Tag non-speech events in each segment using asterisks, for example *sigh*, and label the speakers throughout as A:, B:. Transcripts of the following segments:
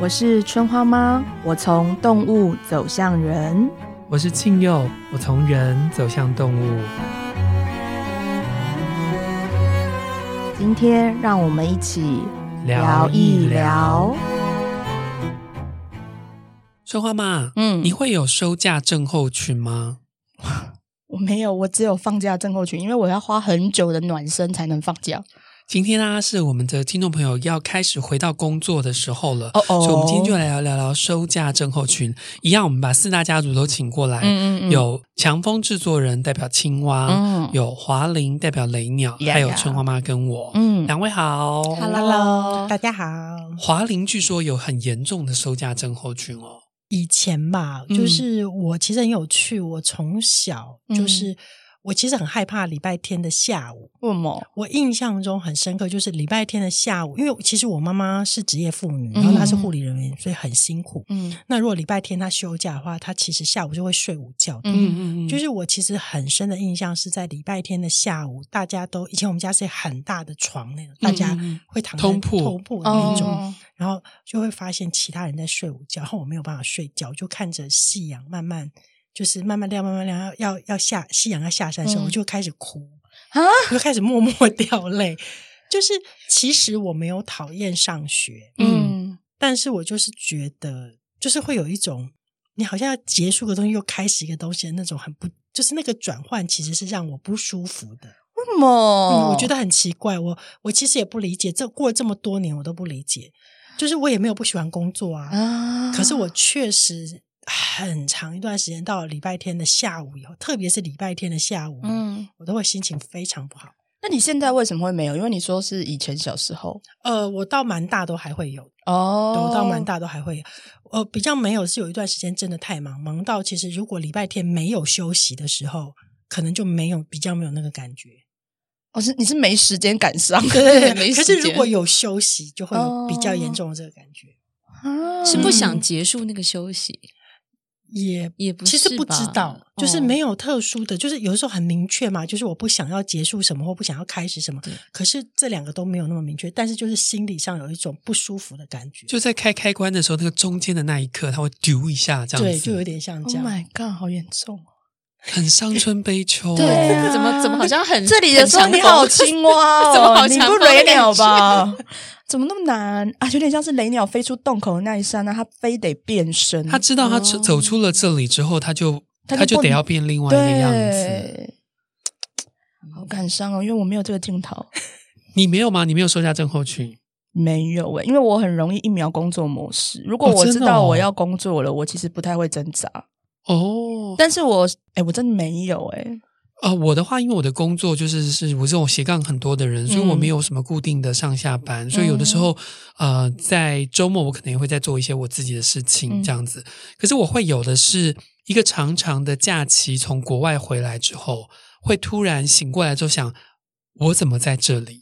A: 我是春花妈，我从动物走向人。
B: 我是庆佑，我从人走向动物。
A: 今天让我们一起
B: 聊一聊。春花妈，
A: 嗯
B: 你会有收假症候群吗？
C: 我没有，我只有放假症候群，因为我要花很久的暖身才能放假。
B: 今天呢、是我们的听众朋友要开始回到工作的时候了，
C: 哦哦
B: 所以我们今天就来聊聊聊收假症候群。一样，我们把四大家族都请过来，
C: 嗯
B: 有强风制作人代表青蛙，
C: 嗯
B: 有华林代表雷鸟，
C: 呀
B: 还有
C: 呀
B: 春花妈跟我，
C: 嗯
B: 两位好。
C: Hello
D: 大家好。
B: 华林据说有很严重的收假症候群哦，
D: 以前吧，
B: 嗯
D: 就是我其实很有趣，我从小就是、
C: 嗯
D: 我其实很害怕礼拜天的下午。
C: 为什么？
D: 我印象中很深刻，就是礼拜天的下午，因为其实我妈妈是职业妇女，
C: 嗯
D: 然后她是护理人员，所以很辛苦。
C: 嗯
D: 那如果礼拜天她休假的话，她其实下午就会睡午觉的。
C: 嗯
B: 嗯
D: 就是我其实很深的印象是在礼拜天的下午，大家都以前我们家是很大的床那种，大家
B: 嗯嗯
D: 会躺在
B: 通铺
D: 通铺的那种。
C: 哦，
D: 然后就会发现其他人在睡午觉，然后我没有办法睡觉，我就看着夕阳慢慢就是慢慢亮，慢慢亮，要要要下夕阳要下山的时候，
C: 嗯
D: 我就开始哭
C: 啊，
D: 我就开始默默掉泪。就是其实我没有讨厌上学，
C: 嗯
D: 但是我就是觉得，就是会有一种你好像要结束个东西，又开始一个东西的那种很不，就是那个转换其实是让我不舒服的。
C: 为什么？
D: 嗯，我觉得很奇怪，我我其实也不理解，这过了这么多年我都不理解，就是我也没有不喜欢工作啊，
C: 啊，
D: 可是我确实很长一段时间到了礼拜天的下午以后，特别是礼拜天的下午，
C: 嗯，
D: 我都会心情非常不好。
C: 那你现在为什么会没有？因为你说是以前小时候
D: 呃，我到蛮大都还会有，对
C: 哦
D: 我到蛮大都还会有，呃，比较没有是有一段时间真的太忙，忙到其实如果礼拜天没有休息的时候，可能就没有比较没有那个感
C: *laughs*
D: 觉。
C: 哦，是你是没时间赶上， *laughs* 没
D: 可
C: 时
D: 是
C: 间。
D: 如果有休息，就会有比较
C: 哦
D: 严重的这个感觉。
C: 啊
E: 是不想结束那个休息，
D: 也
E: 也不
D: 其实
E: 是
D: 不知
E: 吧
D: 道，就是
E: 哦
D: 没有特殊的，就是有的时候很明确嘛，就是我不想要结束什么或不想要开始什么
E: 对，
D: 可是这两个都没有那么明确，但是就是心理上有一种不舒服的感觉，
B: 就在开开关的时候，那个中间的那一刻，它会丢一下，这样
D: 对，
B: 子，
D: 就有点像
C: Oh
D: 这样。
C: my god，好严重哦！
B: 很伤春悲秋。
C: 对啊
E: 怎么怎么好像很
C: 这里的说你好青蛙 *laughs*
E: 怎么
C: 哦，
E: 好
C: 你
E: 强
C: 不
E: 风的
C: 雷
E: 感
C: 鸟
E: 觉
C: 吧？ *laughs* 怎么那么难啊？有点像是雷鸟飞出洞口的那一刹那，它非得变身。
B: 他知道他走
E: 哦
B: 走出了这里之后，他就
C: 他就
B: 他就
C: 不
B: 得
C: 能
B: 要变另外一个样子。
C: 对，好感伤哦，因为我没有这个镜头， *laughs*
B: 你没有吗？你没有收下症候群？
C: 没有欸诶、因为我很容易一秒工作模式。如果
B: 哦
C: 我
B: 真
C: 知
B: 的
C: 道
B: 哦
C: 我要工作了，我其实不太会挣扎。
B: 哦，
C: 但是我诶、我真的没有欸诶、
B: 呃，我的话，因为我的工作就是是我这种斜杠很多的人，所以我
C: 嗯
B: 没有什么固定的上下班，所以有的时候，呃，在周末我可能也会在做一些我自己的事情
C: 嗯
B: 这样子。可是我会有的是一个长长的假期，从国外回来之后，会突然醒过来之后想，我怎么在这里？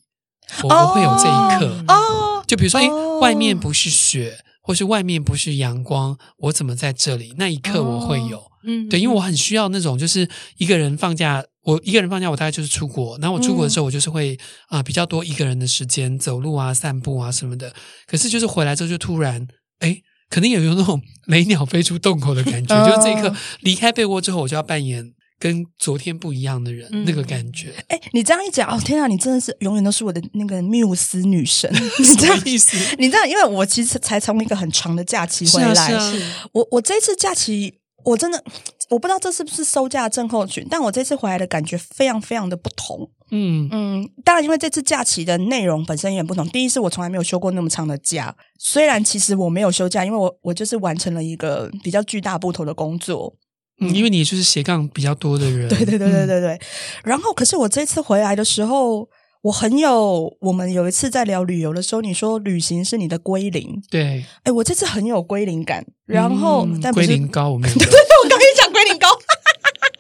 B: 我我会有这一刻。
D: 嗯
C: 哦，
B: 就比如说，哎、
C: 哦
B: 外面不是雪，或是外面不是阳光，我怎么在这里？那一刻我
C: 哦
B: 会有，
D: 嗯
B: 对，因为我很需要那种，就是一个人放假，我一个人放假，我大概就是出国。然后我出国的时
C: 嗯
B: 候，我就是会啊、比较多一个人的时间，走路啊、散步啊什么的。可是就是回来之后，就突然，哎，可能也有那种 *laughs* 雷鸟飞出洞口的感觉，
C: 哦
B: 就是这一刻离开被窝之后，我就要扮演跟昨天不一样的人，
D: 嗯
B: 那个
C: *laughs*
B: 感觉。
C: 诶、你这样一讲，哦天啊，你真的是永远都是我的那个缪斯女神， *laughs* 你这样
B: 什么意思？
C: 你知道，因为我其实才从一个很长的假期
B: 是
C: 回
B: 啊，
C: 来，
B: 是啊，
C: 我我这次假期我真的我不知道这是不是收假症候群，但我这次回来的感觉非常非常的不同。
B: 嗯，
C: 嗯，当然，因为这次假期的内容本身也很不同。第一是我从来没有休过那么长的假，虽然其实我没有休假，因为我我就是完成了一个比较巨大部头的工作。
B: 嗯，因为你就是斜杠比较多的人，
C: 对对对对
B: 嗯
C: 对对。然后，可是我这次回来的时候。我很有，我们有一次在聊旅游的时候，你说旅行是你的归零，
B: 对，
C: 哎，我这次很有归零感，然后、
B: 嗯
C: 但不
B: 龟
C: 是
B: 苓膏我
C: *laughs*
B: 们有
C: 我刚跟你讲龟苓膏， *laughs*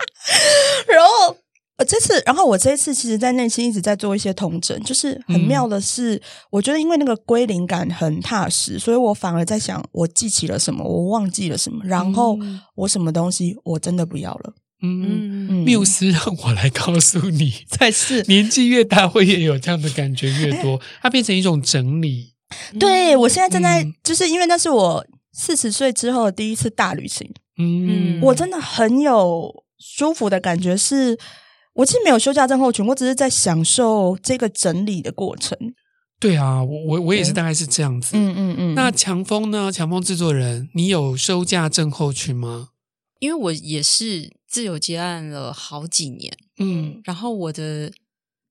C: 然后呃这次，然后我这一次其实，在内心一直在做一些统整，就是很
B: 嗯
C: 妙的是，我觉得因为那个归零感很踏实，所以我反而在想，我记起了什么，我忘记了什么，然后我什么东西我真的不要了，
B: 嗯，
D: 嗯
C: 嗯，
B: 缪斯让我来告
C: *laughs*
B: 诉你，
C: 才是 *laughs*
B: 年纪越大会越有这样的感觉越多，它变成一种整理，
C: 对我现在正在
B: 嗯，
C: 就是因为那是我四十岁之后的第一次大旅行，
B: 嗯，
C: 我真的很有舒服的感觉是。我既没有休假症候群，我只是在享受这个整理的过程。
B: 对啊，我我我也是
C: 对
B: 大概是这样子。
C: 嗯嗯嗯
B: 那强风呢？强风制作人，你有休假症候群吗？
E: 因为我也是自由接案了好几年，
B: 嗯，
E: 然后我的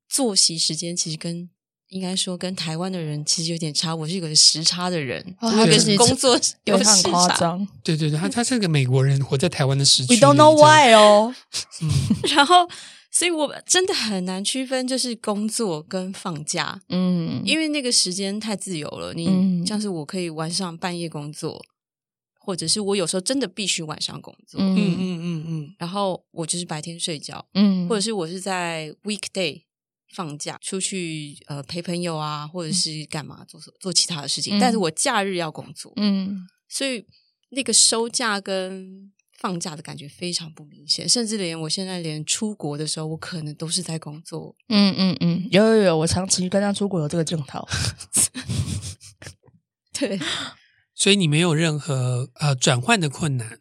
E: 作息时间其实跟应该说跟台湾的人其实有点差，我是一个时差的人，
B: 哦
E: 我
B: 对
E: 跟工作
C: *laughs* 有
E: 有
C: 他很
E: 时
C: 夸
E: 差。
C: 张
B: 对对对，他他是个美国人，活在台湾的时
C: 嗯
B: 区
C: ，We
B: 里这样。
C: don't know why 哦。
E: *laughs* 然后，所以我真的很难区分就是工作跟放假，
C: 嗯，
E: 因为那个时间太自由了。你、
C: 嗯
E: 像是我可以晚上半夜工作，或者是我有时候真的必须晚上工作，
B: 嗯
C: 嗯
B: 嗯嗯嗯，
E: 然后我就是白天睡觉，
C: 嗯，
E: 或者是我是在 weekday 放假出去呃陪朋友啊，或者是干嘛做做其他的事
C: 嗯
E: 情，但是我假日要工作，
C: 嗯
E: 所以那个收假跟放假的感觉非常不明显，甚至连我现在连出国的时候，我可能都是在工作。
C: 嗯嗯嗯，有有有，我长期跟他出国有这个镜头。
E: 对，
B: 所以你没有任何呃转换的困难。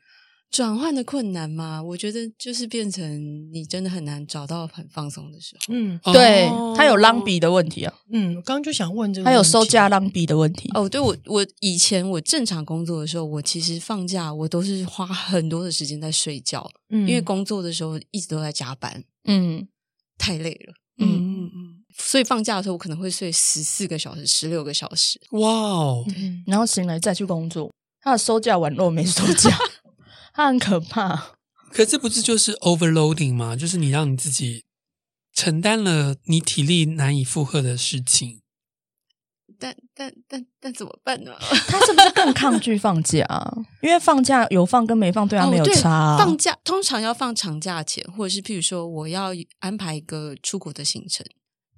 E: 转换的困难嘛，我觉得就是变成你真的很难找到很放松的时候。
D: 嗯
C: *laughs* 对
B: 哦
C: 他有浪比的问题啊，
D: 嗯，我刚刚就想问这个问题，
C: 他有收价浪比的问题。
E: 哦，对我我以前我正常工作的时候，我其实放假我都是花很多的时间在睡觉，
D: 嗯，
E: 因为工作的时候一直都在加班，
C: 嗯
E: 太累了。
B: 嗯嗯嗯，
E: 所以放假的时候，我可能会睡十四个小时、十六个小时。
B: 哇哦，
C: 嗯，然后醒来再去工作，他的收价宛若没收价，他很可怕。
B: 可这不是就是 overloading 吗？就是你让你自己承担了你体力难以负荷的事情。
E: 但但但但怎么办呢？
C: 他是不是更抗拒放假啊？ *laughs* 因为放假有放跟没放对他没有
E: 哦对
C: 差啊。
E: 放假通常要放长假前，或者是譬如说我要安排一个出国的行程，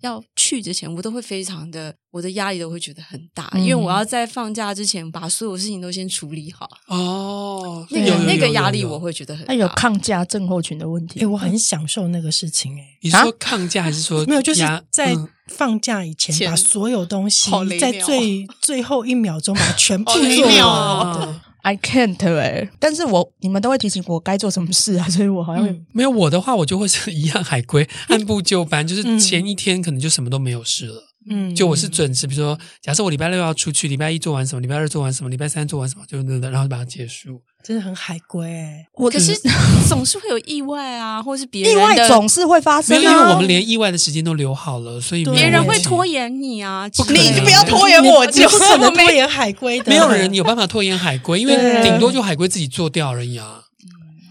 E: 要去之前，我都会非常的，我的压力都会觉得很大，
C: 嗯
E: 因为我要在放假之前把所有事情都先处理
C: *laughs*
E: 好。
B: 哦，
E: 那
B: 有
E: 个
B: 有
E: 那
B: 有
E: 个
B: 有
E: 压力
B: 有
E: 我会觉得很
C: 他
E: 大。
C: 啊有抗价症候群的问题。
D: 哎，我很享受那个事情哎。
B: 你
E: 啊
B: 说抗价还是说
D: 没有，就是
B: 压
D: 在
B: 嗯
D: 放假以前
E: 前
D: 把所有东西
E: 好雷
D: 在
E: 鸟
D: 最最后一秒钟把它全部
E: 好雷
D: 做
E: 妙
D: 完。
E: 哦
D: 对
C: I can't 哎、但是我你们都会提醒我该做什么事啊，所以我好像、
D: 嗯
B: 没有我的话，我就会是一样海
E: *laughs*
B: 归，按部就班，就是
D: 嗯
B: 前一天可能就什么都没有事了。
D: 嗯
B: 就我是准时，比如说，假设我礼拜六要出去，礼拜一做完什么，礼拜二做完什么，礼拜三做完什么，就然后就把它结束。
D: 真的很海归哎，
C: 我
E: 可是 *laughs* 总是会有意外啊，或是别
C: 意
E: 人
C: 外
E: 的
C: 总是会发生、
B: 没
C: 啊，
B: 有，因为我们连意外的时间都留好了，所以
D: 对
B: 没有
E: 别人会
B: 问题
E: 拖。延你啊，
B: 不可
E: 之
B: 能
E: 类
B: 你
E: 的
B: 不要拖
C: 延我
D: 你不可能拖延海归的，
B: 没有人有办法拖延海归，因为
D: 对
B: 顶多就海归自己做掉而已啊。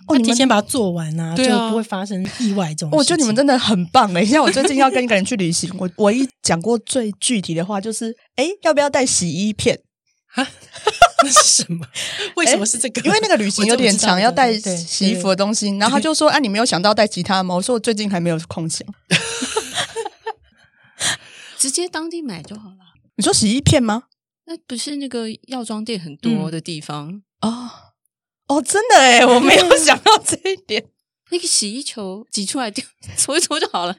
C: 哦，
D: 他
C: 你
D: 提
C: 们
D: 前把它做完啊，
B: 对
D: 就
B: 啊
D: 不会发生意外这种事情。
C: 我觉哦得你们真的很棒哎、像我最近要跟一个人去旅行， *laughs* 我唯一讲过最具体的话就是，哎，要不要带洗衣片？
D: 那是 *laughs* 什么？为什么是这个？
C: 因为那个旅行
D: 我
C: 有
D: 真不
C: 点
D: 知道
C: 长，要带
D: 对对
C: 洗衣服的东西。然后他就说：“啊，你没有想到带吉他吗？”我说：“我最近还没有空想。
E: 直接当地买就好了。”
C: 你说洗衣片吗？
E: 那不是那个药妆店很多的地方，
C: 哦哦，真的哎，我没有想到这一点
E: 那个洗衣球挤出来丢 *laughs* 搓一搓就好了。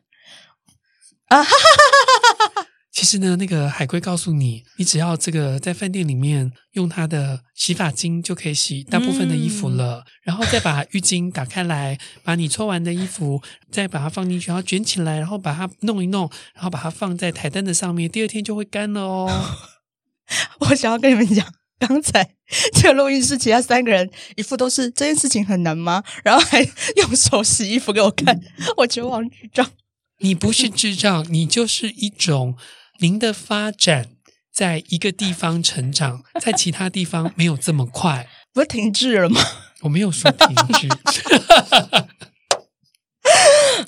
B: 其实呢，那个海龟告诉你，你只要这个在饭店里面用它的洗发精就可以洗大部分的衣服了，然后再把浴巾打开来，把你搓完的衣服再把它放进去，然后卷起来，然后把它弄一弄，然后把它放在台灯的上面，第二天就会干了哦。
C: 我想要跟你们讲，刚才这个录音室其他三个人一副都是这件事情很难吗？然后还 *laughs* 用手洗衣服给我看，我绝望智障。
B: 你不是智障，你就是一种您的发展在一个地方成长，在其他地方没有这么快。
C: 不是停滞了吗？
B: 我没有说停止。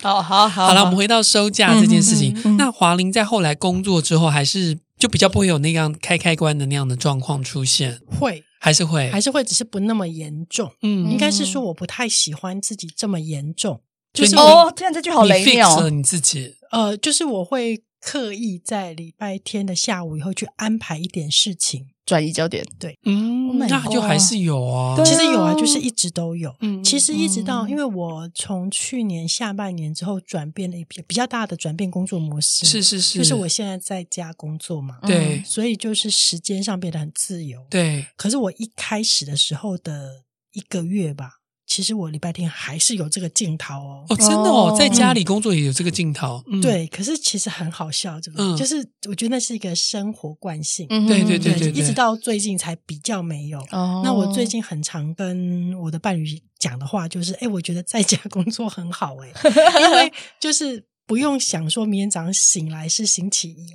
C: 好好好，
B: 好嗯了，我们回到收假这件事情。那华玲在后来工作之后，还是就比较不会有那样开开关的那样的状况出现，
D: 会
B: 还是会，
D: 还是会，只是不那么严重。
B: 嗯
D: 应，该是说我不太喜欢自己这么严重，
B: 就
D: 就是
C: 哦，天啊，这句好
B: 你
C: 雷鸟
B: fix 了你自己，
D: 呃，就是我会刻意在礼拜天的下午以后去安排一点事情。
C: 转移焦点。
B: 嗯
C: my
B: 那就还
C: God
B: 是有啊。
C: 对
D: 其实有啊，
C: 啊
D: 就是一直都有。
E: 嗯
D: 其实一直到，
C: 嗯
D: 因为我从去年下半年之后转变了一比比较大的转变工作模式，
B: 是是是，
D: 就是我现在在家工作嘛，
C: 嗯
B: 对
D: 所以就是时间上变得很自由。，
B: 对
D: 可是我一开始的时候的一个月吧，其实我礼拜天还是有这个镜头哦。
B: 哦，真的哦
C: 哦，
B: 在家里工作也有这个镜头。嗯，
D: 对，可是其实很好笑，对不对？
B: 嗯
D: 就是我觉得那是一个生活惯性，
E: 嗯哼
B: 对对对
D: 对一直到最近才比较没有。
C: 哦
D: 那我最近很常跟我的伴侣讲的话就是，哎、我觉得在家工作很好、诶因为就是不用想说明天早上醒来是星期一，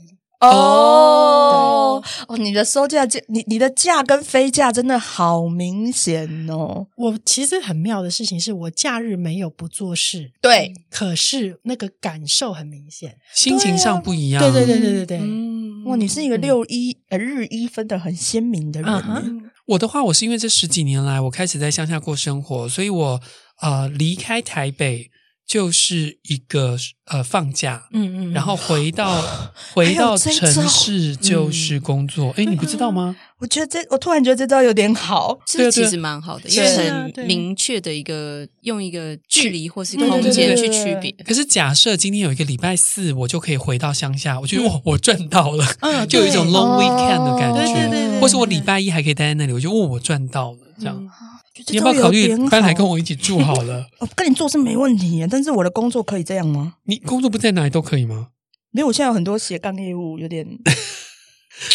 C: 哦哦，你的收假假，你你的假跟非假真的好明显哦。
D: 我其实很妙的事情是我假日没有不做事，
C: 对，
D: 可是那个感受很明显。
B: 心情上不一样。
D: 对对对对对对，
E: 嗯
C: 哇，你是一个六一、呃日一分的很鲜明的人欸
D: 嗯
C: 耶、
D: 哼
B: 我的话，我是因为这十几年来，我开始在乡下过生活，所以我呃离开台北就是一个呃放假，
D: 嗯嗯，哎
B: 然后回到回到
C: 这一
D: 哦
B: 城
C: 招
B: 市就是工作。
D: 嗯
B: 哎，你不知道吗？
C: 我觉得这，我突然觉得这招有点好。
B: 对啊对
E: 这其
B: 啊
E: 实蛮好的，
D: 是
E: 因
D: 啊
E: 为
D: 对
E: 很明确的一个用一个距离或是
C: 对
E: 空
B: 对对
E: 间
B: 对
E: 去
C: 对
E: 区
C: 对
E: 别。
B: 可是假设今天有一个礼拜四，我就可以回到乡下，我觉得哇，我赚到了，
D: 嗯
B: *laughs* 就有一种
D: 对
B: long weekend 的感
C: 哦
B: 觉。
D: 对对对对嗯
B: 或是我礼拜一还可以待在那里，我就哦问我赚到了这样。
C: 这
B: 你要不要考虑
C: 招有点好
B: 搬来跟？我一起住好
D: *laughs*
B: 了？
C: 我跟你做是没问题耶，但是我的工作可以这样吗？
B: 你工作不在哪里都可以吗？
C: 没有，我现在有很多斜杠业务，有
B: *laughs*
C: 点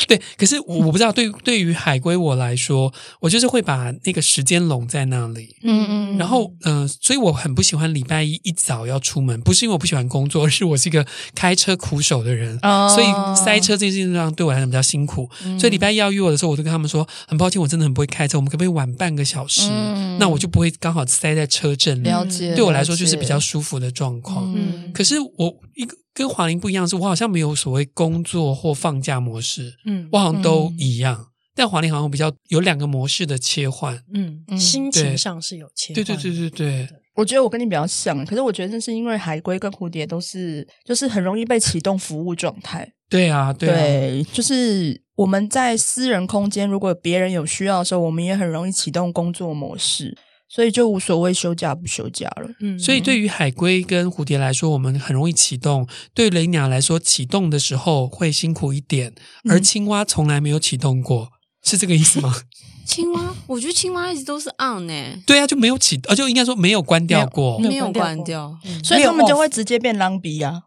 B: 对，可是我我不知道，对对于海归我来说，我就是会把那个时间拢在那里。
C: 嗯
B: 然后，嗯、所以我很不喜欢礼拜一一早要出门，不是因为我不喜欢工作，而是我是一个开车苦手的人，
C: 哦
B: 所以塞车这件事情上对我来讲比较辛苦。
E: 嗯
B: 所以礼拜一要约我的时候，我就跟他们说，很抱歉，我真的很不会开车，我们可不可以晚半个小时？
C: 嗯
B: 那我就不会刚好塞在车阵里。
C: 了解
B: 嗯对我来说就是
C: 了解
B: 比较舒服的状况。
D: 嗯
B: 可是我一个跟华玲不一样的是，我好像没有所谓工作或放假模式，
D: 嗯
B: 我好像都一样。但华玲好像比较有两个模式的切换。
D: 嗯，
C: 嗯
D: 心
B: 对
D: 情上是有切
B: 对
D: 换
B: 对
D: 的，
B: 对对对，
C: 我觉得我跟你比较像，可是我觉得这是因为海龟跟蝴蝶都是，就是很容易被启动服务状态。
B: 对啊，对啊，
C: 对，就是我们在私人空间，如果别人有需要的时候，我们也很容易启动工作模式，所以就无所谓休假不休假了。
D: 嗯，
B: 所以对于海龟跟蝴蝶来说，我们很容易启动；对雷鸟来说，启动的时候会辛苦一点，而青蛙从来没有启动过，是这个意思吗？ *laughs*
E: 青蛙，我觉得青蛙一直都是 on 呢、
B: 对啊，就没有启，呃，就应该说没有关掉过。 *laughs*
E: 没有
D: 关掉
E: 关
D: 过
E: 掉。 *laughs*
C: 所以他们就会直接变狼比啊，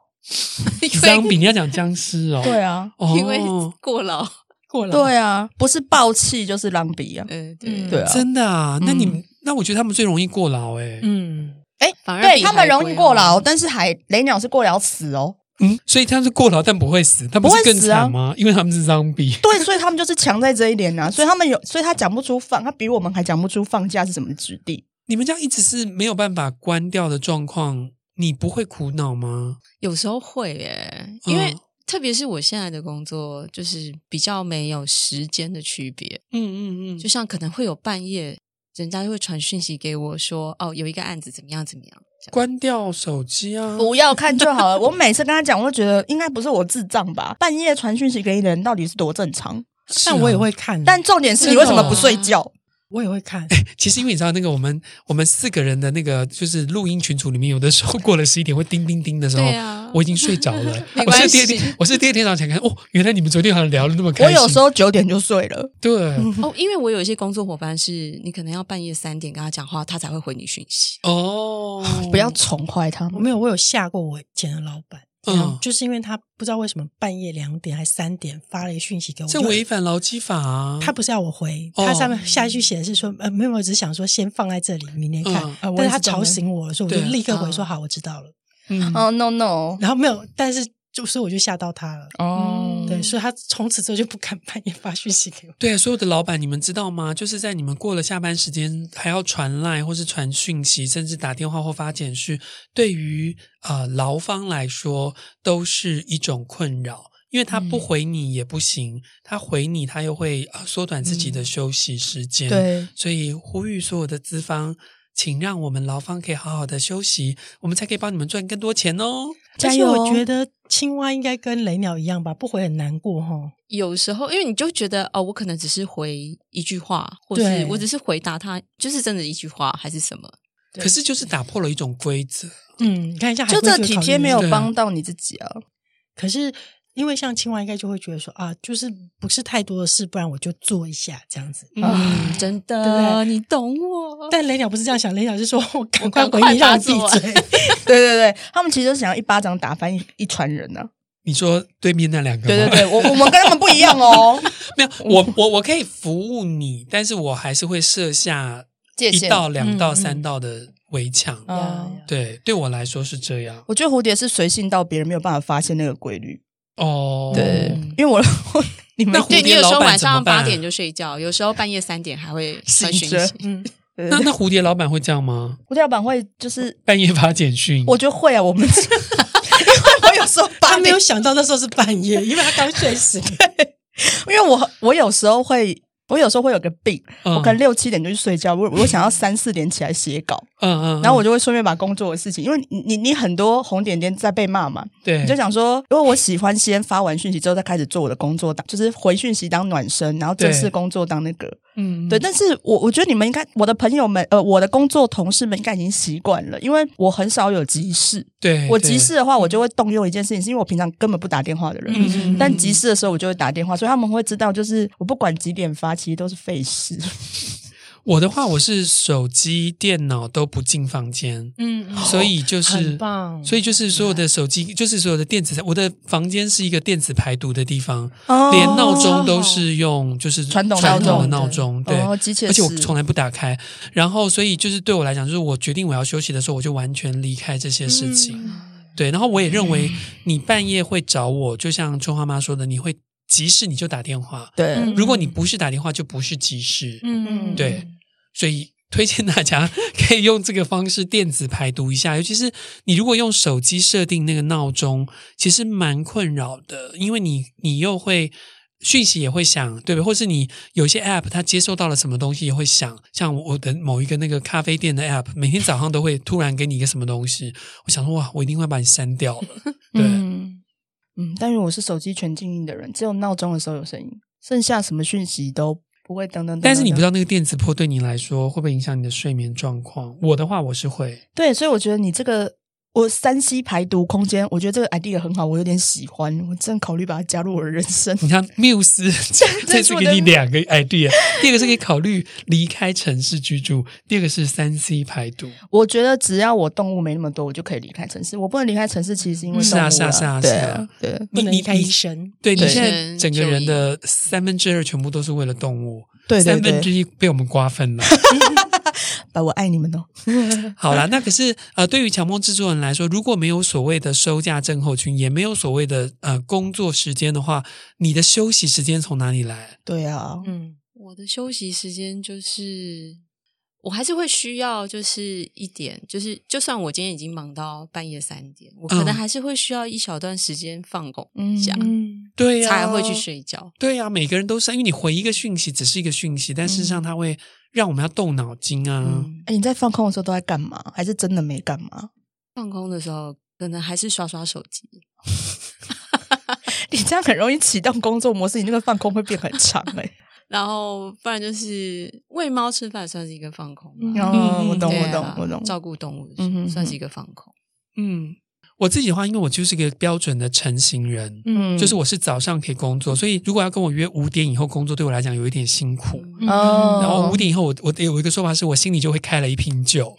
B: 姜饼，你要讲僵尸哦，
C: *laughs* 对，啊，
B: 哦，
E: *laughs* 因为过劳。
D: 过
C: *laughs*
D: 了，
C: 对啊，不是暴气就是狼比啊， *laughs*
E: 呃， *laughs* 对
C: 对啊，
B: 真的啊，那你、
C: 嗯
B: 那我觉得他们最容易过劳哎、
D: 嗯，
E: 反而
C: 对
E: 比
C: 他们
E: 海
C: 容
E: 龟
C: 易过
E: 哦
C: 劳，。但是海雷鸟是过劳死哦，
B: 嗯，所以他是过劳但不会死，他不是
C: 不会
B: 更
C: 死啊
B: 惨吗？因为他们是 zombie。
C: 对，所以他们就是强在这一点呐、啊，所以他们有，所以他讲不出放，他比我们还讲不出放假是什么质地。
B: 你们这样一直是没有办法关掉的状况，你不会苦恼吗？
E: 有时候会耶，因为
B: 嗯
E: 特别是我现在的工作，就是比较没有时间的区别，
B: 嗯嗯嗯
E: 就像可能会有半夜，人家就会传讯息给我说，哦，有一个案子怎么样怎么样，这样
B: 关掉手机啊，
C: *laughs* 不要看就好了。 *laughs* 我每次跟他讲，我都觉得应该不是我智障吧？半夜传讯息给你的人到底是多正常？
B: 是啊
D: 但我也会看，
C: 但重点是你为什么不睡觉？
D: 我也会看，
B: 其实因为你知道那个我们我们四个人的那个就是录音群组里面，有的时候过了十一点会叮叮叮的时候，
E: 对啊
B: 我已经睡着了。
E: *laughs* 没
B: 我
E: 关
B: 是
E: 系
B: 第二天，我是第二天早上才看，哦，原来你们昨天好像聊的那么开
C: 我
B: 心。
C: 有时候九点就睡了。
B: 对、
E: 哦，因为我有一些工作伙伴是，你可能要半夜三点跟他讲话，他才会回你讯息。
B: 哦，
C: 不要宠坏他
D: 我
C: 们。
D: 没有，我有吓过我以前的老板，
B: 嗯
D: 就是因为他不知道为什么半夜两点还三点发了一个讯息给我，
B: 这
D: 我就
B: 违反劳基法啊！
D: 他不是要我回，
B: 哦
D: 他上面下一句写的是说，呃，没有，我只是想说先放在这里，明天
B: 嗯。
D: 看
C: 嗯啊我
D: 但
C: 也
D: 是
C: 是
D: 他
C: 这样
D: 吵醒我了，所以我就
B: 对
D: 立刻回说
E: 啊
D: 好，我知道了。
B: 嗯
C: 哦、no no，
D: 然后没有，但是就所以我就吓到他了。
C: 哦、
D: 对，所以他从此之后就不敢半夜发讯息给我。
B: 对，啊所有的老板，你们知道吗？就是在你们过了下班时间，还要传赖或是传讯息，甚至打电话或发简讯，对于呃劳方来说都是一种困扰，因为他
C: 嗯
B: 不回你也不行，他回你他又会、呃、缩短自己的休息时
C: 嗯
B: 间。，
C: 对，
B: 所以呼吁所有的资方。请让我们劳方可以好好的休息，我们才可以帮你们赚更多钱哦。
C: 加
D: 但是
C: 油哦
D: 我觉得青蛙应该跟雷鸟一样吧，不回很难过哈、哦。
E: 有时候，因为你就觉得哦，我可能只是回一句话，或
D: 对
E: 是我只是回答他，就是真的一句话还是什么。
D: 对
B: 可是就是打破了一种规则，
D: 嗯，你看一下海
C: 就
D: 龟
C: 这
D: 考虑
C: 体贴没有
B: 对啊
C: 帮到你自己啊。
D: 可是因为像青蛙应该就会觉得说啊，就是不是太多的事，不然我就做一下这样子。
E: 嗯，真的，
D: 对不对
E: 你懂我。
D: *laughs* 但雷鸟不是这样想，雷鸟是说我赶快
E: 赶
D: 回
E: 快
D: 你，让
E: 打
D: 你闭
E: 死我
D: 嘴。
C: *laughs* 对对对，他们其实就是想要一巴掌打翻一一船人
B: *laughs*
C: 呢、啊。
B: 你说对面那两个吗？
C: 对对对，我我们跟他们不一样
B: *laughs*
C: 哦，
B: 没有，我我我可以服务你，但是我还是会设下
C: 界
B: 一
C: 限
B: 道、两道、
D: 嗯嗯
B: 三道的围墙。
C: 嗯
D: 呀呀
B: 对，对我来说是这样。
C: 我觉得蝴蝶是随性到别人没有办法发现那个规律。
B: 哦，
C: 对，因为我 *laughs* 你们
B: 那
E: 对
B: 蝴
E: 你
B: 蝶
E: 有时
B: 老
E: 候晚
B: 板怎么
E: 上八
B: 办？啊
E: 点就睡觉，有时候半夜三点还会传
C: 醒
E: 讯
C: 着
E: 息。
D: 嗯，
C: 对
B: 那 *laughs*
C: 对对
B: 那蝴蝶老板会这样吗？
C: 蝴蝶老板会就是，
B: 半夜发简讯？
C: 我觉得会啊，我们 *laughs* 因为我有时候
D: 他
C: 八
D: 没
C: 点
D: 有，想到那时候是半夜，因为他刚睡醒。
C: 因为我我有时候会。我有时候会有个病，
B: 嗯
C: 我可能六七点就去睡觉，我我想要三四点起来写稿，
B: 嗯嗯，
C: 然后我
B: 就
C: 就会顺便把工作的事情，因为你你你很多红点点在被骂嘛，
B: 对，
C: 你就想说，如果我喜欢先发完讯息之后再开始做我的工作档，就是回讯息当暖身，然后正式
B: 对
C: 工作当那个。
B: 嗯
C: 对，但是我我觉得你们应该，我的朋友们，呃，我的工作同事们应该已经习惯了，因为我很少有急事。
B: 对，
C: 我
B: 对
C: 急事，的话，我就会动用一件事情，是因为我平常根本不打电话的人。
B: 嗯嗯嗯
C: 但急事的时候，我就会打电话，所以他们会知道，就是我不管几点发，其实都是费事。
B: 我的话，我是手机、电脑都不进房间，
D: 嗯，
B: 所以就是
D: 很。棒。
B: 所以就是所有的手机，就是所有的电子，我的房间是一个电子排毒的地方，
C: 哦
B: *laughs* 连闹钟都是用就是
C: 传统
B: 传统的
E: 闹
B: 闹钟，
E: 钟
B: 对，
C: 哦机械
B: 而且我
C: 式
B: 从来不打开。然后，所以就是对我来讲，就是我决定我要休息的时候，我就完全离开这些事情。对，然后我也认为你半夜会找我，就像春花妈说的，你会急事你就打电话，
C: 对，
D: 嗯
B: 如果你不是打电话，就不是急事。
D: 嗯
B: 对，所以推荐大家 *laughs* 可以用这个方式电子排毒一下，尤其是你如果用手机设定那个闹钟，其实蛮困扰的，因为你你又会。讯息也会响，对不对？或是你有一些 app 它接收到了什么东西也会响，像我的某一个那个咖啡店的 app，每天早上都会突然给你一个什么东西，我想说哇，我一定会把你删掉了。对，
C: 嗯，嗯，但是我是手机全静音的人，只有闹钟的时候有声音，剩下什么讯息都不会噔噔噔。
B: 但是你不知
C: 道，
B: 道那个电子波对你来说会不会影响你的睡眠状况？我的话我是会，
C: 对，所以我觉得你这个我三 C 排毒空间，我觉得这个 idea 很好，我有点喜欢，我正考虑把它加入我的人生。 *laughs*
B: 你看，Muse 这次给你两个 idea，第一个是可以考虑离开城市居住，第二个是三 C 排毒。
C: 我觉得只要我动物没那么多，我就可以离开城市。我不能离开城市，其实是因为
B: 是
C: 动物
B: 啊，是啊，是啊，是
C: 对
B: 啊，
C: 对
D: 不能
B: 你
D: 离开医
B: 你
D: 生。
B: 对你
C: 对
B: 现在整个
E: 就医
B: 人的三分之二全部都是为了动物，
C: 对对
B: 三分之
C: 对，
B: 一被我们瓜分了。 *laughs*
C: 把我爱你们哦。
B: 好啦，那可是呃，对于强迫制作人来说，如果没有所谓的休假症候群，也没有所谓的呃工作时间的话，你的休息时间从哪里来？
C: 对啊，
D: 嗯，
E: 我的休息时间就是，我还是会需要，就是一点，就是就算我今天已经忙到半夜三点，我可
B: 嗯
E: 能还是会需要一小段时间放空
C: 嗯
E: 一下，
D: 嗯，
B: 对呀、
E: 才会去睡觉。
B: 对呀、每个人都是，因为你回一个讯息只是一个讯息，但事实上它会让我们要动脑筋啊。
E: 嗯，
C: 哎，你在放空的时候都在干嘛？还是真的没干嘛？ *laughs*
E: 放空的时候可能还是刷刷手机。
C: 你这样很容易启动工作模式，你那个放空会变很长哎、
E: 然后不然就是喂猫吃饭算是一个放空吧。
C: 哦，我懂，
E: 嗯对
C: 我
E: 啊
C: 懂，我懂。
E: 照顾动物的
C: 嗯
E: 时候
C: 哼
E: 算是
C: 哼
E: 一个放空。
B: 嗯，我自己的话，因为我就是一个标准的成型人，
C: 嗯
B: 就是我是早上可以工作，所以如果要跟我约五点以后工作，对我来讲有一点辛苦。
E: 嗯
C: 哦
B: 然后五点以后我，我有一个说法是，我心里就会开了一瓶酒，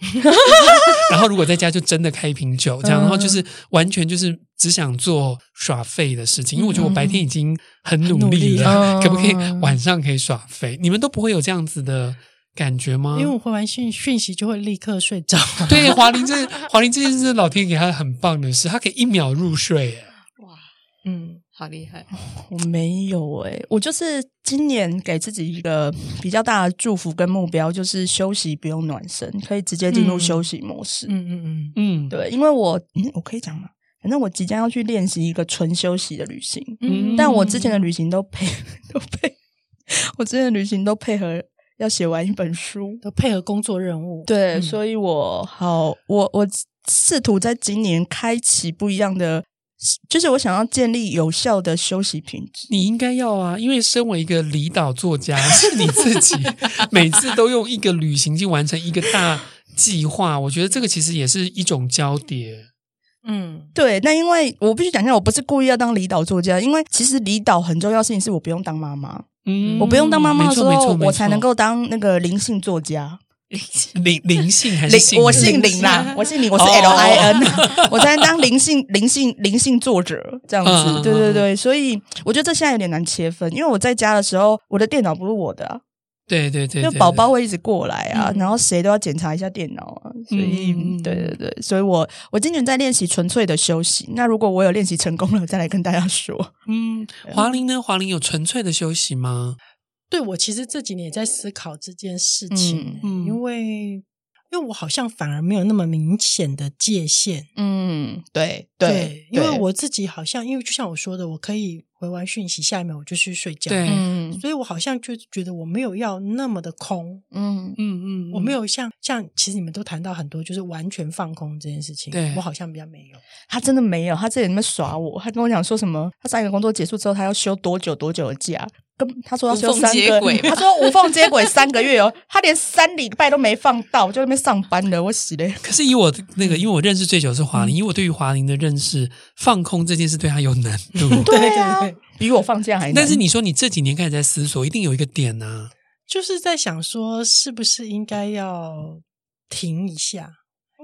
B: 然后如果在家就真的开一瓶酒，这样，
C: 嗯
B: 然后就是完全就是只想做耍废的事情，因为我觉得我白天已经很努力
C: 很
B: 了，
C: 努力
B: 可不可以
C: 嗯
B: 晚上可以耍废？你们都不会有这样子的感觉吗？
D: 因为我回完讯讯息就会立刻睡着。啊
B: 对华玲这华玲这件事，老天给他很棒的事，他可以一秒入睡耶。
E: 哇，
D: 嗯，
E: 好厉害！
C: 我没有哎、我就是今年给自己一个比较大的祝福跟目标，就是休息不用暖身，可以直接进入
D: 嗯
C: 休息模式。
D: 嗯嗯嗯，
B: 嗯，
C: 对，因为我、嗯、我可以讲吗？反正我即将要去练习一个纯休息的旅行，*laughs*
B: 嗯
C: 但我之前的旅行都配都配，我之前的旅行都配合要写完一本书。
D: 都配合工作任务。
C: 对，
D: 嗯
C: 所以我好，我我试图在今年开启不一样的，就是我想要建立有效的休息品质。
B: 你应该要啊，因为身为一个离岛作家， *laughs* 是你自己每次都用一个旅行去完成一个大计划，我觉得这个其实也是一种交叠。
D: 嗯，
C: 对，那因为我必须讲一下，我不是故意要当离岛作家，因为其实离岛很重要的事情是我不用当妈妈，
B: 嗯
C: 我不用当妈妈的
B: 没
C: 时
B: 错没
C: 候
B: 错，没
C: 我才
B: 错
C: 能够当那个灵性作家。
B: 灵灵性还是
C: 灵，
B: 性
C: 我
B: 格
C: 姓林
B: *laughs*
C: 啦，我姓林，我是
B: 哦
C: L I N，我才能当灵性灵性灵性作者这样
B: 嗯嗯
C: 子。
B: 嗯
C: 对对对，所以我觉得这现在有点难切分，因为我在家的时候，我的电脑不是我的啊，
B: 对对对，
C: 因为
B: 对
C: 宝宝会一直过来啊，
D: 嗯
C: 然后谁都要检查一下电脑啊，所以、
B: 嗯嗯嗯
C: 对对对，所以我我今年在练习纯粹的休息。那如果我有练习成功了，再来跟大家说。
B: 嗯，华玲呢？华玲有纯粹的休息吗？
D: 对我其实这几年也在思考这件事情，
B: 嗯嗯
D: 因为因为我好像反而没有那么明显的界限，
C: 嗯，对
D: 因为我自己好像因为就像我说的，我可以回完讯息，下一秒我就去睡觉，
B: 对
C: 嗯
D: 所以我好像就觉得我没有要那么的空，
C: 嗯
B: 嗯嗯，
D: 我没有像像其实你们都谈到很多就是完全放空这件事情，
B: 对
D: 我好像比较没有，。
C: 他真的没有，他这里面耍我，他跟我讲说什么？他上一个工作结束之后，他要休多久多久的假？跟他说要休
E: 无缝
C: 三
E: 接
C: 个
E: 轨，吧
C: 他说无缝接轨三个月哦，他连三礼拜都没放到，就在那边上班了，我死嘞！
B: 可是以我的那个，
C: 嗯
B: 因为我认识最久是华玲，因为我对于华玲的认识，放空这件事对她有难度
C: 啊
D: 对对，
C: 比我放假还难。
B: *laughs* 但是你说你这几年开始在思索，一定有一个点啊呐、
D: 就是在想说是不是应该要停一下。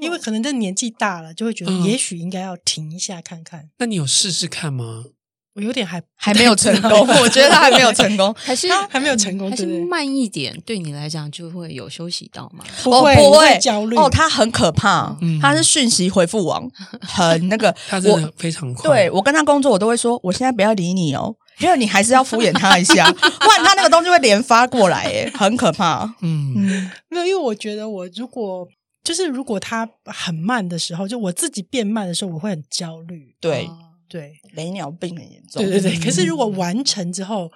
D: 因为可能这年纪大了，就会觉得
B: 哦嗯
D: 也许应该要停一下看看。
B: 那你有试试看吗？
D: 我有点还
C: 还没有成功，我觉得他还没有成功。
E: 还是嗯
D: 还没有成功
E: 还是
D: 对不对
E: 慢一点，对你来讲就会有休息到嘛？
D: 不
C: 哦
D: 会、
C: 不
D: 你
C: 会
D: 焦虑
C: 哦，他很可怕，
B: 嗯。
C: 他是讯息回复王，很那个
B: 他真
C: 我
B: 的非常快，
C: 对我跟他工作，我都会说，我现在不要理你哦，因为你还是要敷衍他一下，不然他那个东西会连发过来，哎，很可怕。
B: 嗯，
C: 嗯
D: 没有，因为我觉得我如果就是如果他很慢的时候，就我自己变慢的时候，我会很焦虑。
C: 对，
E: 哦
D: 对，
C: 雷鸟病很严重。嗯
D: 对对对。可是如果完成之后，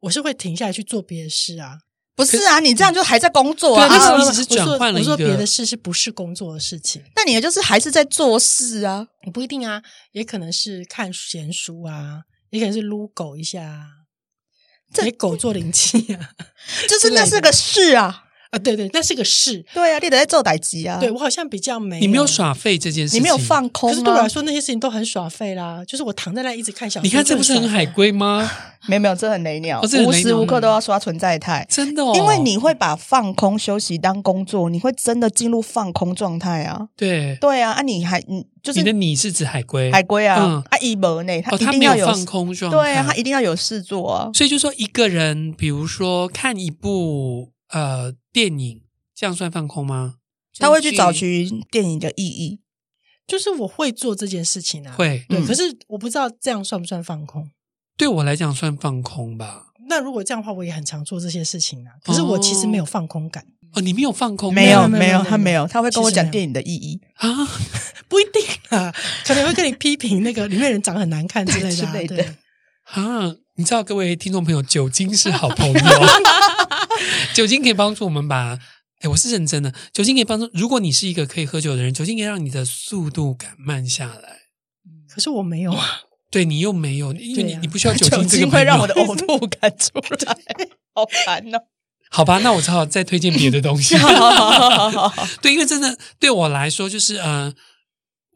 D: 我是会停下来去做别的事啊。
C: 不是啊，你这样就还在工作
B: 对
C: 啊
B: 那时候
C: 啊，
B: 你只是转换了一个
D: 我说我说别的事是不是工作的事情？
C: 那你也就是还是在做事啊。
D: 也不一定啊，也可能是看闲书啊，也可能是撸狗一下、啊，
C: 这
D: 给狗做灵气啊。 *laughs*
C: 就是那是个事啊，
D: 啊，对对，那是个事。
C: 对啊，你得在做歹机啊，
D: 对我好像比较没，
B: 你没有。耍废这件事
C: 你
B: 情，
C: 没有。放空
D: 可
C: 啊，
D: 是对我来说，那些事情都很耍废啦。就是我躺在那一直看小说，
B: 你看这不是很海
D: 归？
B: 龟吗？
C: *laughs* 没有没有，这很雷鸟，
B: 哦这很雷
C: 无
B: 鸟
C: 时无刻都要刷存在态。
B: 真的哦，
C: 哎因为你会把放空休息当工作，你会真的进入放空状态啊。
B: 对，
C: 对啊，啊你还你就
B: 你的
C: 是
B: 你是指海龟，
C: 海龟啊，
B: 嗯
C: 啊一博呢，他
B: 哦，
C: 一
B: 他
C: 定
B: 没
C: 要
B: 有放空状态，
C: 对啊，他一定要有事做啊。
B: 所以就说一个人，比如说看一部呃电影，这样算放空吗？
C: 他会去找寻电影的意义。
D: 就是我会做这件事情啊。，
B: 会，
D: 对。
C: 嗯
D: 可是我不知道这样算不算放空。
B: 对我来讲算放空吧。
D: 那如果这样的话，我也很常做这些事情啊。可是我其实没有放空感， *laughs*
B: 哦，你没有放空
C: 嗯
B: 吗，
C: 没有
D: 没有
C: 没
D: 没有
C: 有，他没有，他会跟我
D: 其
C: 讲
D: 实没有
C: 电影的意义
B: 啊，
D: 不一定啊，可能会跟你批评那个里面人长得很难看之类的、啊、
C: 对之类的
D: 对。
B: 啊，你知道各位听众朋友，酒精是好朋友， *laughs* 酒精可以帮助我们把。哎，我是认真的。酒精可以帮助，如果你是一个可以喝酒的人，酒精可以让你的速度感慢下来。
D: 可是我没有啊，
B: 对你又没有，因为你、
D: 对啊
B: 你不
C: *laughs*
B: 需要酒精这个
C: 精
B: 朋
C: 会
B: 友
C: 让我的呕吐感出
B: *laughs*
C: 来，好烦哦。
B: 好吧，那我只好再推荐别的东西。
C: *laughs* 好好好好好，
B: 对，因为真的对我来说，就是呃，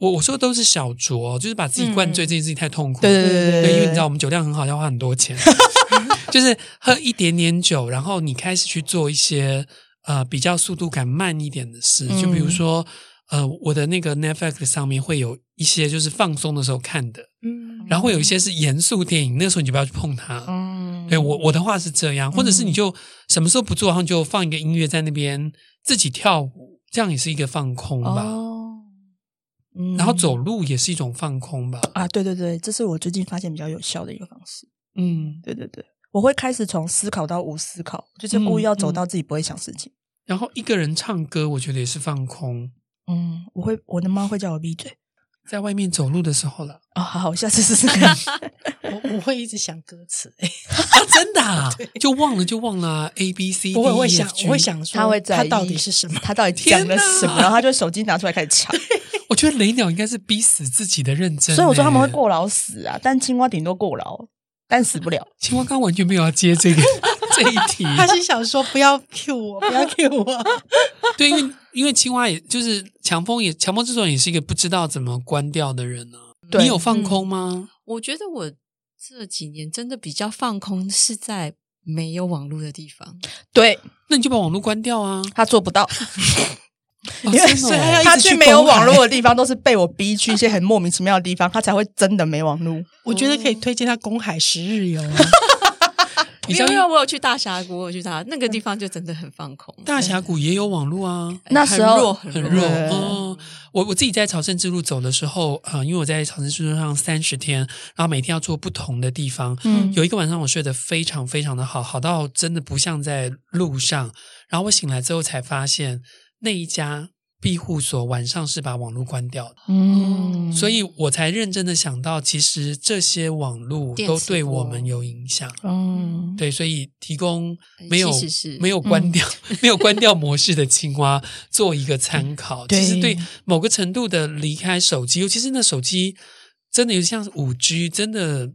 B: 我我说的都是小酌，就是把自己灌醉这件事情太痛苦了。
C: 嗯对对对
B: 对，因为你知道我们酒量很好，要花很
C: *laughs*
B: 多钱，就是喝一点点酒，然后你开始去做一些呃比较速度感慢一点的事，就比如
C: 嗯
B: 说呃我的那个 Netflix 上面会有一些就是放松的时候看的，
D: 嗯，
B: 然后会有一些是严肃电影，那个时候你就不要去碰它。
C: 嗯
B: 对我我的话是这样，或者是你就什么时候不做，然后你就放一个音乐在那边自己跳舞，这样也是一个放空吧。
C: 哦，嗯
B: 然后走路也是一种放空吧。
C: 啊，对对对，这是我最近发现比较有效的一个方式。
B: 嗯，
C: 对对对，我会开始从思考到无思考，就是故意要走到自己不会想事情。
B: 然后一个人唱歌，我觉得也是放空。
C: 嗯，我会，我的妈会叫我闭嘴。
B: 在外面走路的时候了。
C: *laughs* 哦，好好，我下次试试看。
D: 我我会一直想歌
B: *laughs*
D: 词，哎
B: *laughs* 啊，真
C: *laughs*
B: 的、啊，就忘了就忘了啊 A B C，
D: 我会
B: D,
D: 我会
B: E,
D: 想
B: F, G
D: 我会，想说，
C: 他会在
D: 它
C: 意
D: 到底是什么？ *laughs*
C: 他到底讲了什
B: 天
C: 么？
B: 哪
C: 然后他就手机拿出来开始唱，
B: 我觉得雷鸟应该是逼死自己的认真欸、
C: 所以我说他们会过劳死啊，但青蛙顶多过劳，但死不了。
B: 青蛙刚完全没有要
C: *laughs*
B: 接这个这一题，
D: 他是想说不要 Q 我，不要 Q 我。 *laughs*
B: 对，因为因为青蛙也就是强风也强风这种也是一个不知道怎么关掉的人呢、
C: 对
B: 你有放空吗？
E: 我觉得我这几年真的比较放空，是在没有网络的地方。
C: *laughs* 对
B: 那你就把网络关掉啊！
C: 他做不到，
B: 哦
C: 因为
B: 真的哦
C: 他
B: 一直
C: 去没啊有
B: 公
C: 网 *laughs*
B: 海
C: 络的地方，都是被我逼去一些很莫名其妙的地方，他才会真的没网络。
D: 我觉得可以推荐他《公海十日游》啊，
B: 你
E: 因
B: 知道
E: 为因为我有去大峡谷，我有去大那个地方就真的很放空。
B: *laughs* 大峡谷也有网络啊，
E: 很
C: 那时候
B: 很
E: 很弱，很
B: 弱
E: 弱。
C: 对
B: 哦。我我自己在朝圣之路走的时候，啊、因为我在朝圣之路上三十天，然后每天要做不同的地方。
C: 嗯
B: 有一个晚上我睡得非常非常的好，好到真的不像在路上。然后我醒来之后才发现，那一家庇护所晚上是把网络关掉的，
C: 嗯
B: 所以我才认真的想到，其实这些网络都对我们有影响。
C: 嗯，呃
B: 对，所以提供没有
E: 其实是
B: 没有关掉、没有关掉模式的青蛙做一个参考，
C: 对
B: 其实对某个程度的离开手机，尤其是那手机真的有像五 G，真的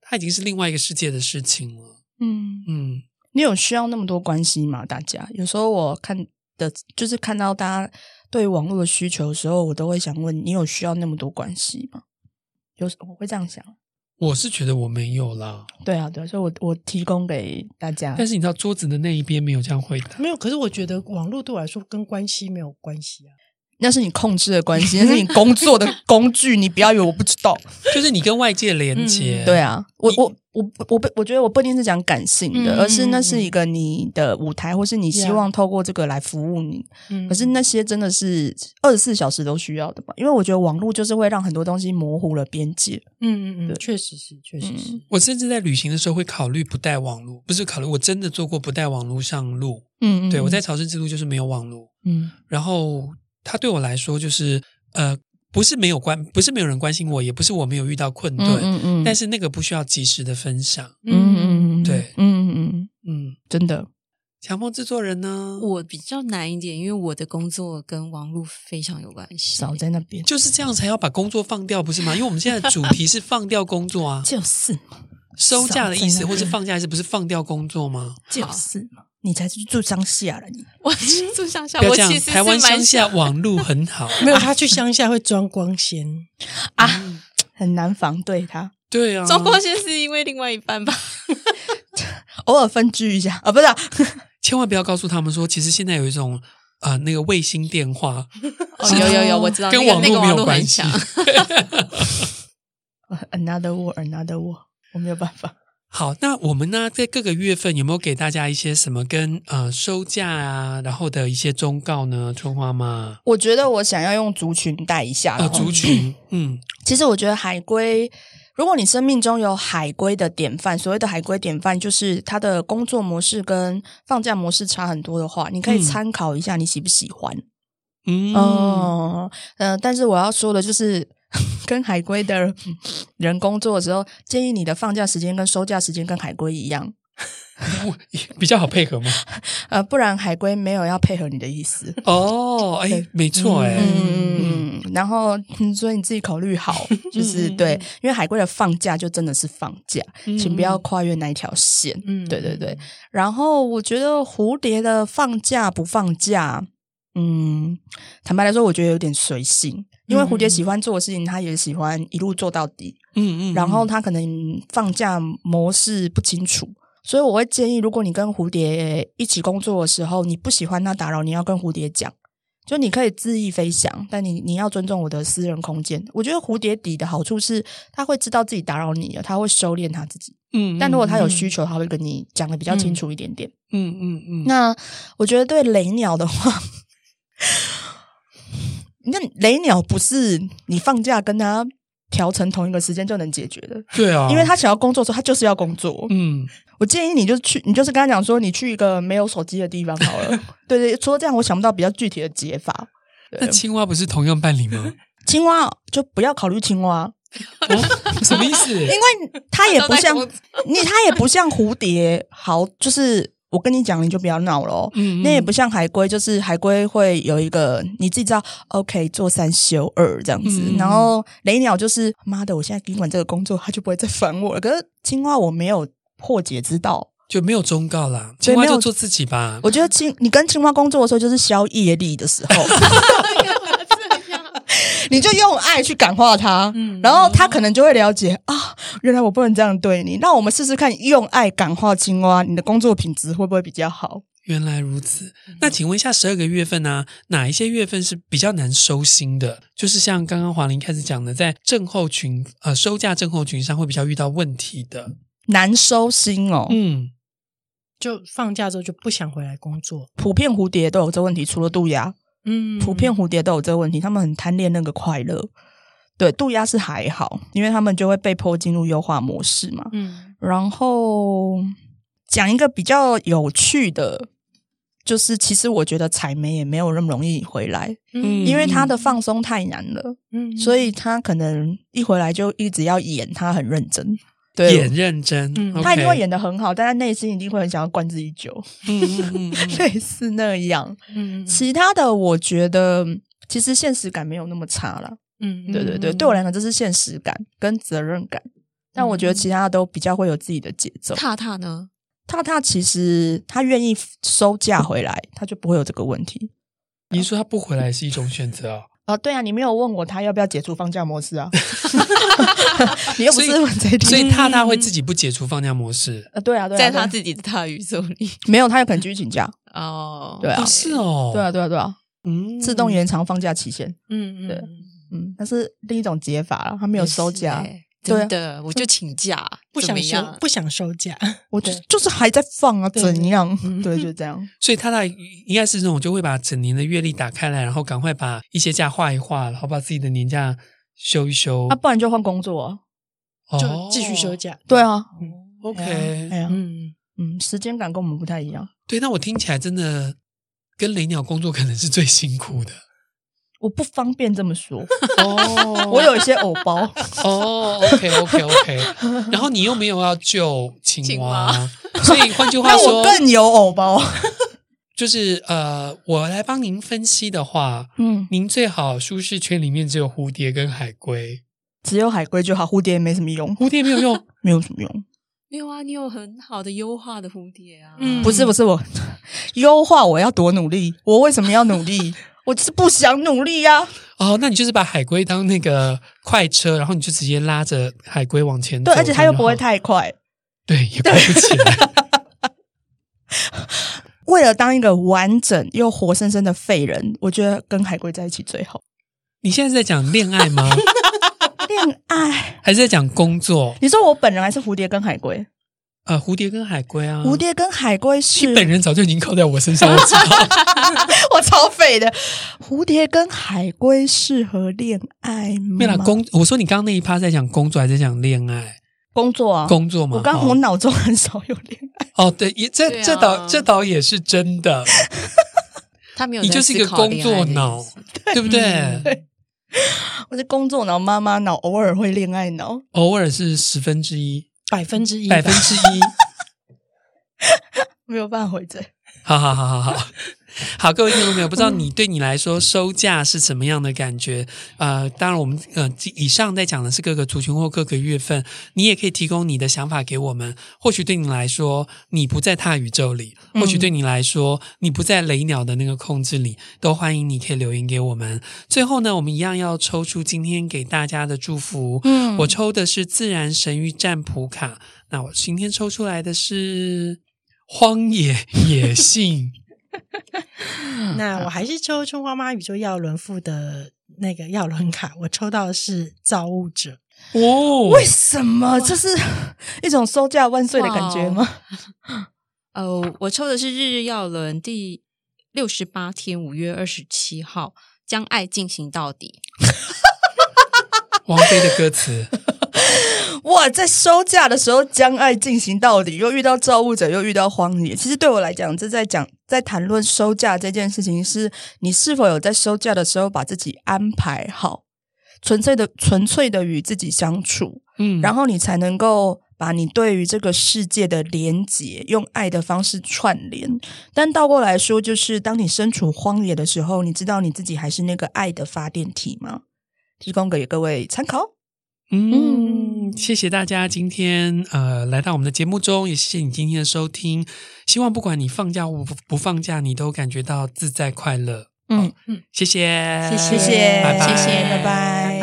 B: 它已经是另外一个世界的事情了。
C: 嗯，
B: 嗯，
C: 你有需要那么多关系吗？大家有时候我看的，就是看到大家对网络的需求的时候，我都会想问你有需要那么多关系吗？有时我会这样想，
B: 我是觉得我没有啦，
C: 对啊，对啊，所以我我提供给大家
B: 但，是你知道桌子的那一边没有这样回答，
D: 没有。可是我觉得网络对我来说跟关系没有关系啊。
C: 那是你控制的关系，那是你工作 *laughs* 的工具，你不要以为我不知道。
B: 就是你跟外界连接，
C: *laughs* 对啊，我我我我不我觉得我不一定是讲感性的，
D: 嗯
C: 而是那是一个你的舞台，或是你希
D: Yeah
C: 望透过这个来服务你。
D: 嗯
C: 可是那些真的是二十四小时都需要的嘛？因为我觉得网络就是会让很多东西模糊了边界。
D: 嗯嗯
C: 对
D: 嗯，确实是，确实是。
B: 我甚至在旅行的时候会考虑不带网络，不是考虑，我真的做过不带网络上路。
C: 嗯
B: 对我在朝圣之路就是没有网络，
C: 嗯
B: 然后它对我来说就是呃，不是没有关，不是没有人关心我，也不是我没有遇到困顿，
C: 嗯
B: 但
C: 是
B: 是那个不需要及时的分享。
C: 嗯嗯
B: 对
C: 嗯嗯，
B: 嗯，
C: 真的
B: 强风制作人呢，
E: 我比较难一点，因为我的工作跟网络非常有关系。
C: 少在那边，
B: 就是这样才要把工作放掉，不是吗？因为我们现在的主题是放掉工作
E: *laughs*
B: 啊
C: 就是嘛，
B: 收假的意
C: 少在
B: 思，
C: 那边
B: 或是放假的意思，不是放掉工作
E: *laughs*
B: 吗？
C: 就是嘛，你才去住乡下了，你
E: 我去住乡下，
B: 不要
E: 我
B: 这样
E: 其，实
B: 台
E: 是
B: 湾乡
E: 蛮
B: 下
E: 想
B: 网路很好。 *laughs*
D: 嗯没有，他去乡下会装光鲜，
C: 很难防对他。
B: 对啊，
E: *laughs* 中国先是因为另外一半吧。
C: 偶尔分居一下啊，不是啊、
B: 千万不要告诉他们说，其实现在有一种啊、那个卫星电话
E: 哦，有有有，我知道
B: 跟
E: 那个
B: 网
E: 那个
B: 络没有
E: 很
B: 关系
E: 强。
C: another war，another war，我没有办
D: *laughs*
C: 法。
B: 好，那我们呢，在各个月份有没有给大家一些什么跟呃收假啊，然后的一些忠告呢？春花妈，
C: 我觉得我想要用族群带一下，
B: 呃，
C: 然后
B: 族群，嗯，
C: 其实我觉得海归，如果你生命中有海归的典范，所谓的海归典范就是他的工作模式跟放假模式差很多的话，你可以
B: 嗯
C: 参考一下，你喜不喜欢？
B: 嗯，
C: 哦，呃，但是我要说的就是。 *laughs* 跟海归的人工作的时候，建议你的放假时间跟收假时间跟海归一样，
B: 比较好配
C: *laughs*
B: 合吗？
C: 呃，不然海归没有要配合你的意思。
B: 哦，哎
C: 对，
B: 没错，哎，
C: 嗯，然后嗯所以你自己考虑好，就是对，因为海归的放假就真的是放假，请不要跨越那一条线。
D: 嗯，
C: 对对对，然后我觉得蝴蝶的放假不放假，嗯，坦白来说，我觉得有点随性，因为蝴蝶喜欢做的事情，它也喜欢一路做到底，
B: 嗯嗯，
C: 然后
B: 嗯
C: 它可能放假模式不清楚。所以我会建议，如果你跟蝴蝶呃一起工作的时候，你不喜欢它打扰，你要跟蝴蝶讲，就你可以恣意飞翔，但你你要尊重我的私人空间。我觉得蝴蝶底的好处是，它会知道自己打扰你了，它会收敛它自己。
B: 嗯，
C: 但如果他有
B: 嗯
C: 需求，他会跟你讲的比较清楚一点点。
B: 嗯嗯嗯，
C: 那我觉得对雷鸟的话， *laughs* 那雷鸟不是你放假跟他调成同一个时间就能解决的，
B: 对啊，
C: 因为他想要工作的时候，他就是要工作。
B: 嗯，
C: 我建议你就去，你就是跟他讲说，你去一个没有手机的地方
B: *laughs*
C: 好了。对对，除了这样，我想不到比较具体的解法。对 *laughs*
B: 那青蛙不是同样办理吗？
C: 青蛙就不要考虑青
B: *laughs*
C: 蛙，
B: 哦什么意思？
C: 因为它也不像
E: 我
C: *laughs* 你，它也不像蝴蝶，好，就是我跟你讲，你就不要闹了哦。
B: 嗯
C: 那也不像海龟，就是海龟会有一个你自己知道，OK，做三休二这样子。
B: 嗯
C: 然后雷鸟就是妈的，我现在给你管这个工作，他就不会再烦我了。可是青蛙我没有破解之道，
B: 就没有忠告啦，
C: 对
B: 青蛙
C: 没有
B: 就做自己吧。
C: 我觉得青你跟青蛙工作的时候就是消业力的时候， *laughs* 你就用爱去感化它，
D: 嗯
C: 然后它可能就会了解啊，原来我不能这样对你。那我们试试看，用爱感化青蛙，你的工作品质会不会比较好？
B: 原来如此。
C: 嗯
B: 那请问一下，十二个月份呢、哪一些月份是比较难收心的？就是像刚刚华玲开始讲的，在症候群呃收价症候群上会比较遇到问题的。
C: 难收心哦，
B: 嗯，
D: 就放假之后就不想回来工作，
C: 普遍蝴蝶都有这问题，除了渡鸦。
D: 嗯，
C: 普遍蝴蝶都有这个问题，他们很贪恋那个快乐。对，渡鸦是还好，因为他们就会被迫进入优化模式嘛。
D: 嗯
C: 然后讲一个比较有趣的，就是其实我觉得采梅也没有那么容易回来，
B: 嗯
C: 因为它的放松太难了，
D: 嗯
C: 所以它可能一回来就一直要演他很认真。对，
B: 演认真，
D: 嗯
B: OK
C: 他一定会演的很好，但他内心一定会很想要灌自己酒，
B: 嗯嗯
C: *laughs*
B: 嗯嗯
C: 类似那样。
D: 嗯嗯
C: 其他的，我觉得嗯其实现实感没有那么差了。
D: 嗯
C: 对对对，
D: 嗯
C: 对我来讲，这是现实感跟责任感。但我觉得其他的都比较会有自己的节奏。
E: 踏踏呢？
C: 他他其实他愿意收假回来，他就不会有这个问题。
B: 你说他不回来是一种选择哦，
C: 啊，对啊，你没有问我他要不要解除放假模式 *laughs* 啊？你又不是问这一题
B: 所以踏踏会自己不解除放假模式。
C: 啊，对啊，对啊，
E: 在
C: 对啊
E: 他自己的大宇宙里
C: 没有，他有可能继续请假。
E: *laughs* 哦，
C: 对啊
B: 哦，是哦，
C: 对啊，，对啊，对啊，
B: 嗯
C: 自动延长放假期限。
D: 嗯嗯
C: 对
D: 嗯
C: 嗯，但是另一种解法了，他没有收假，
E: 也是欸
C: 对啊
E: 真的，我就请假，
D: 不
E: 怎
D: 想
E: 么
D: 休
E: 样？啊
D: 不想休假，
C: 我就
D: 对
C: 就是还在放啊，
D: 对
C: 怎样
D: 嗯？
C: 对，就这样。
B: 所以踏踏应该是那种就会把整年的月历打开来，然后赶快把一些假画一画，然后把自己的年假休一休，
C: 啊，不然就换工作啊。
B: 哦
D: 就继续休。假。
C: 对啊，
B: OK，
C: 哎呀，
D: 嗯，
C: 嗯，时间感跟我们不太一样。
B: 对，那我听起来真的跟雷鸟工作可能是最辛苦的。
C: 我不方便这么说， *laughs*
B: 哦
C: 我有一些偶包，
B: 哦，OK OK OK，然后你又没有要救青
E: 青
B: 蛙
E: 蛙，
B: 所以换句话
C: 但 *laughs* 我
B: 说，
C: 更有偶包。
B: 就是呃，我来帮您分析的话，
C: 嗯，
B: 您最好舒适圈里面只有蝴蝶跟海龟，
C: 只有海龟就好，蝴蝶没什么用，
B: 蝴蝶没有用，
C: 没有什么用。
E: 没有啊，你有很好的优化的蝴蝶啊，
D: 嗯
C: 不是不是我 *laughs* 优化，我要多努力？我为什么要努
B: *laughs*
C: 力？我就是不想努力呀、啊。
B: 哦，那你就是把海龟当那个快车，然后你就直接拉着海龟往前走，
C: 对，而且它又不会
B: 这样
C: 太快。
B: 就好对，也快不
C: *laughs*
B: 起来。
C: 为了当一个完整又活生生的废人，我觉得跟海龟在一起最
B: *laughs*
C: 好。
B: 你现在是在讲恋爱吗？
C: 恋爱，
B: 还是在讲工作？
C: 你说我本人还是蝴蝶跟海龟？
B: 呃，蝴蝶跟海龟啊，
C: 蝴蝶跟海龟是
B: 本人早就已经靠在我身上，我知道。
C: *laughs* 我超废的。蝴蝶跟海龟适合恋爱吗？
B: 没有啦，工，我说你刚刚那一趴在讲工作，还在讲恋爱？
C: 工作啊，
B: 工作嘛，
C: 我刚
B: 哦
C: 我脑中很少有恋爱，
B: 哦，对，也这、
E: 对啊
B: 这倒这倒也是
C: *laughs*
B: 真的，
E: 他没有
B: 你
E: 在
B: 就是一个
E: 思考
B: 工
E: 恋爱
B: 作
E: 的意
B: 脑
E: 思，
B: 对不对？
C: 我是工作脑、妈妈脑，偶尔会恋爱脑。
B: 偶尔是十分之一，
D: 百分之一吧，
B: 百分之一。
C: 没有办法回嘴。
B: 好好好好 *laughs* 好。好，各位听众朋友，不知道你对你来说收假是什么样的感觉？呃，当然，我们呃以上在讲的是各个族群或各个月份，你也可以提供你的想法给我们。或许对你来说，你不在大宇宙里；或许对你来说，你不在雷鸟的那个控制里，都欢迎你可以留言给我们。最后呢，我们一样要抽出今天给大家的祝福。
C: 嗯
B: 我抽的是自然神域占卜卡，那我今天抽出来的是荒野野性。
D: 那我还是抽中花妈宇宙药轮附的那个药轮卡，我抽到的是造物者。
C: *laughs*
B: 哦，
C: 为什么？这是一种收假万岁的感觉吗？
E: 呃，我抽的是日日耀轮第六十八天，五月二十七号，将爱进行到底。
B: 王菲的
C: *laughs*
B: 歌词，
C: 哇，在收假的时候将爱进行到底，又遇到造物者，又遇到荒野。其实对我来讲，这在讲在谈论收假这件事情是，你是否有在收假的时候把自己安排好。纯粹的纯粹的与自己相处，
B: 嗯，
C: 然后你才能够把你对于这个世界的连结用爱的方式串联。但倒过来说，就是当你身处荒野的时候，你知道你自己还是那个爱的发电体吗？提供给各位参考。
B: 嗯，谢谢大家今天呃来到我们的节目中，也谢谢你今天的收听。希望不管你放假或不不放假，你都感觉到自在快乐。
C: 嗯，
B: 谢谢，
D: 谢
C: 谢谢，
B: 拜拜
E: 谢谢
C: 拜拜。